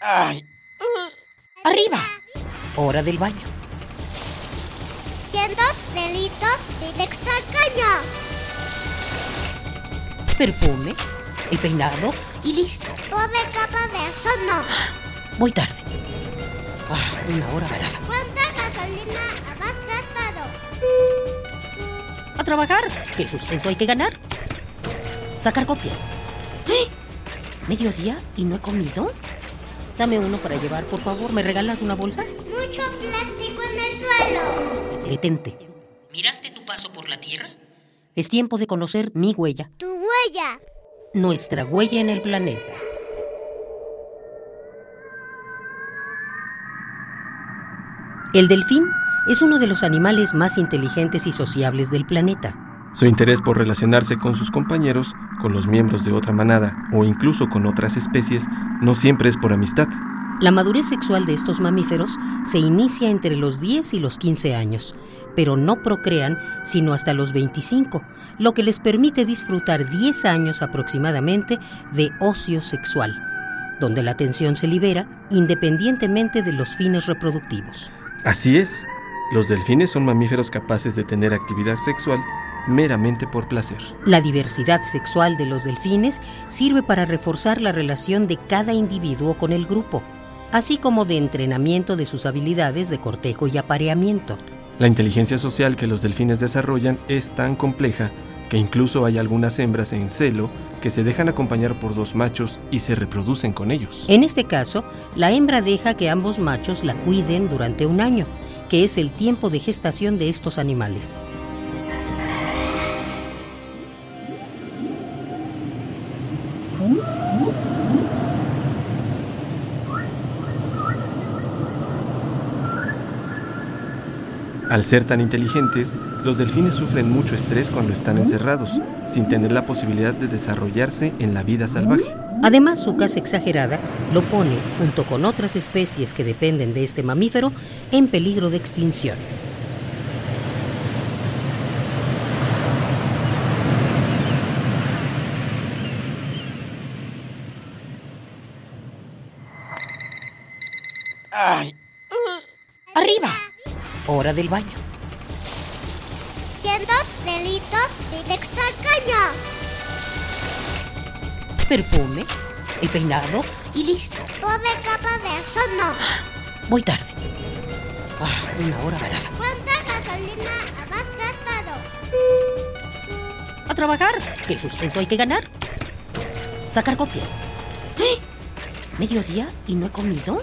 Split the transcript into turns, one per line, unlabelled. Ay.
Arriba. Hora del baño.
Cientos delitos directo al caño.
Perfume, el peinado y listo.
Pobre capa de ozono.
Voy tarde. Ah, una hora varada.
¿Cuánta gasolina has gastado?
A trabajar, que el sustento hay que ganar. Sacar copias. ¡Eh! ¿Mediodía y no he comido? Dame uno para llevar, por favor. ¿Me regalas una bolsa?
Mucho plástico en el suelo.
Detente. ¿Miraste tu paso por la Tierra? Es tiempo de conocer mi huella,
Tu huella.
nuestra huella en el planeta. El delfín es uno de los animales más inteligentes y sociables del planeta.
Su interés por relacionarse con sus compañeros, con los miembros de otra manada o incluso con otras especies no siempre es por amistad.
La madurez sexual de estos mamíferos se inicia entre los 10 y los 15 años, pero no procrean sino hasta los 25, lo que les permite disfrutar 10 años aproximadamente de ocio sexual, donde la atención se libera independientemente de los fines reproductivos.
Así es, los delfines son mamíferos capaces de tener actividad sexual meramente por placer.
La diversidad sexual de los delfines sirve para reforzar la relación de cada individuo con el grupo, así como de entrenamiento de sus habilidades de cortejo y apareamiento.
La inteligencia social que los delfines desarrollan es tan compleja que incluso hay algunas hembras en celo que se dejan acompañar por dos machos y se reproducen con ellos.
En este caso, la hembra deja que ambos machos la cuiden durante un año, que es el tiempo de gestación de estos animales.
Al ser tan inteligentes, los delfines sufren mucho estrés cuando están encerrados, sin tener la posibilidad de desarrollarse en la vida salvaje.
Además, su casa exagerada lo pone, junto con otras especies que dependen de este mamífero, en peligro de extinción.
Ay.
Arriba. Hora del baño.
Cientos delitos directo al caño.
Perfume, el peinado y listo.
Pobre capa de ozono.
Voy tarde. Ah, una hora varada.
¿Cuánta gasolina has gastado?
A trabajar, que el sustento hay que ganar. Sacar copias. ¡Eh! ¿Mediodía y no he comido?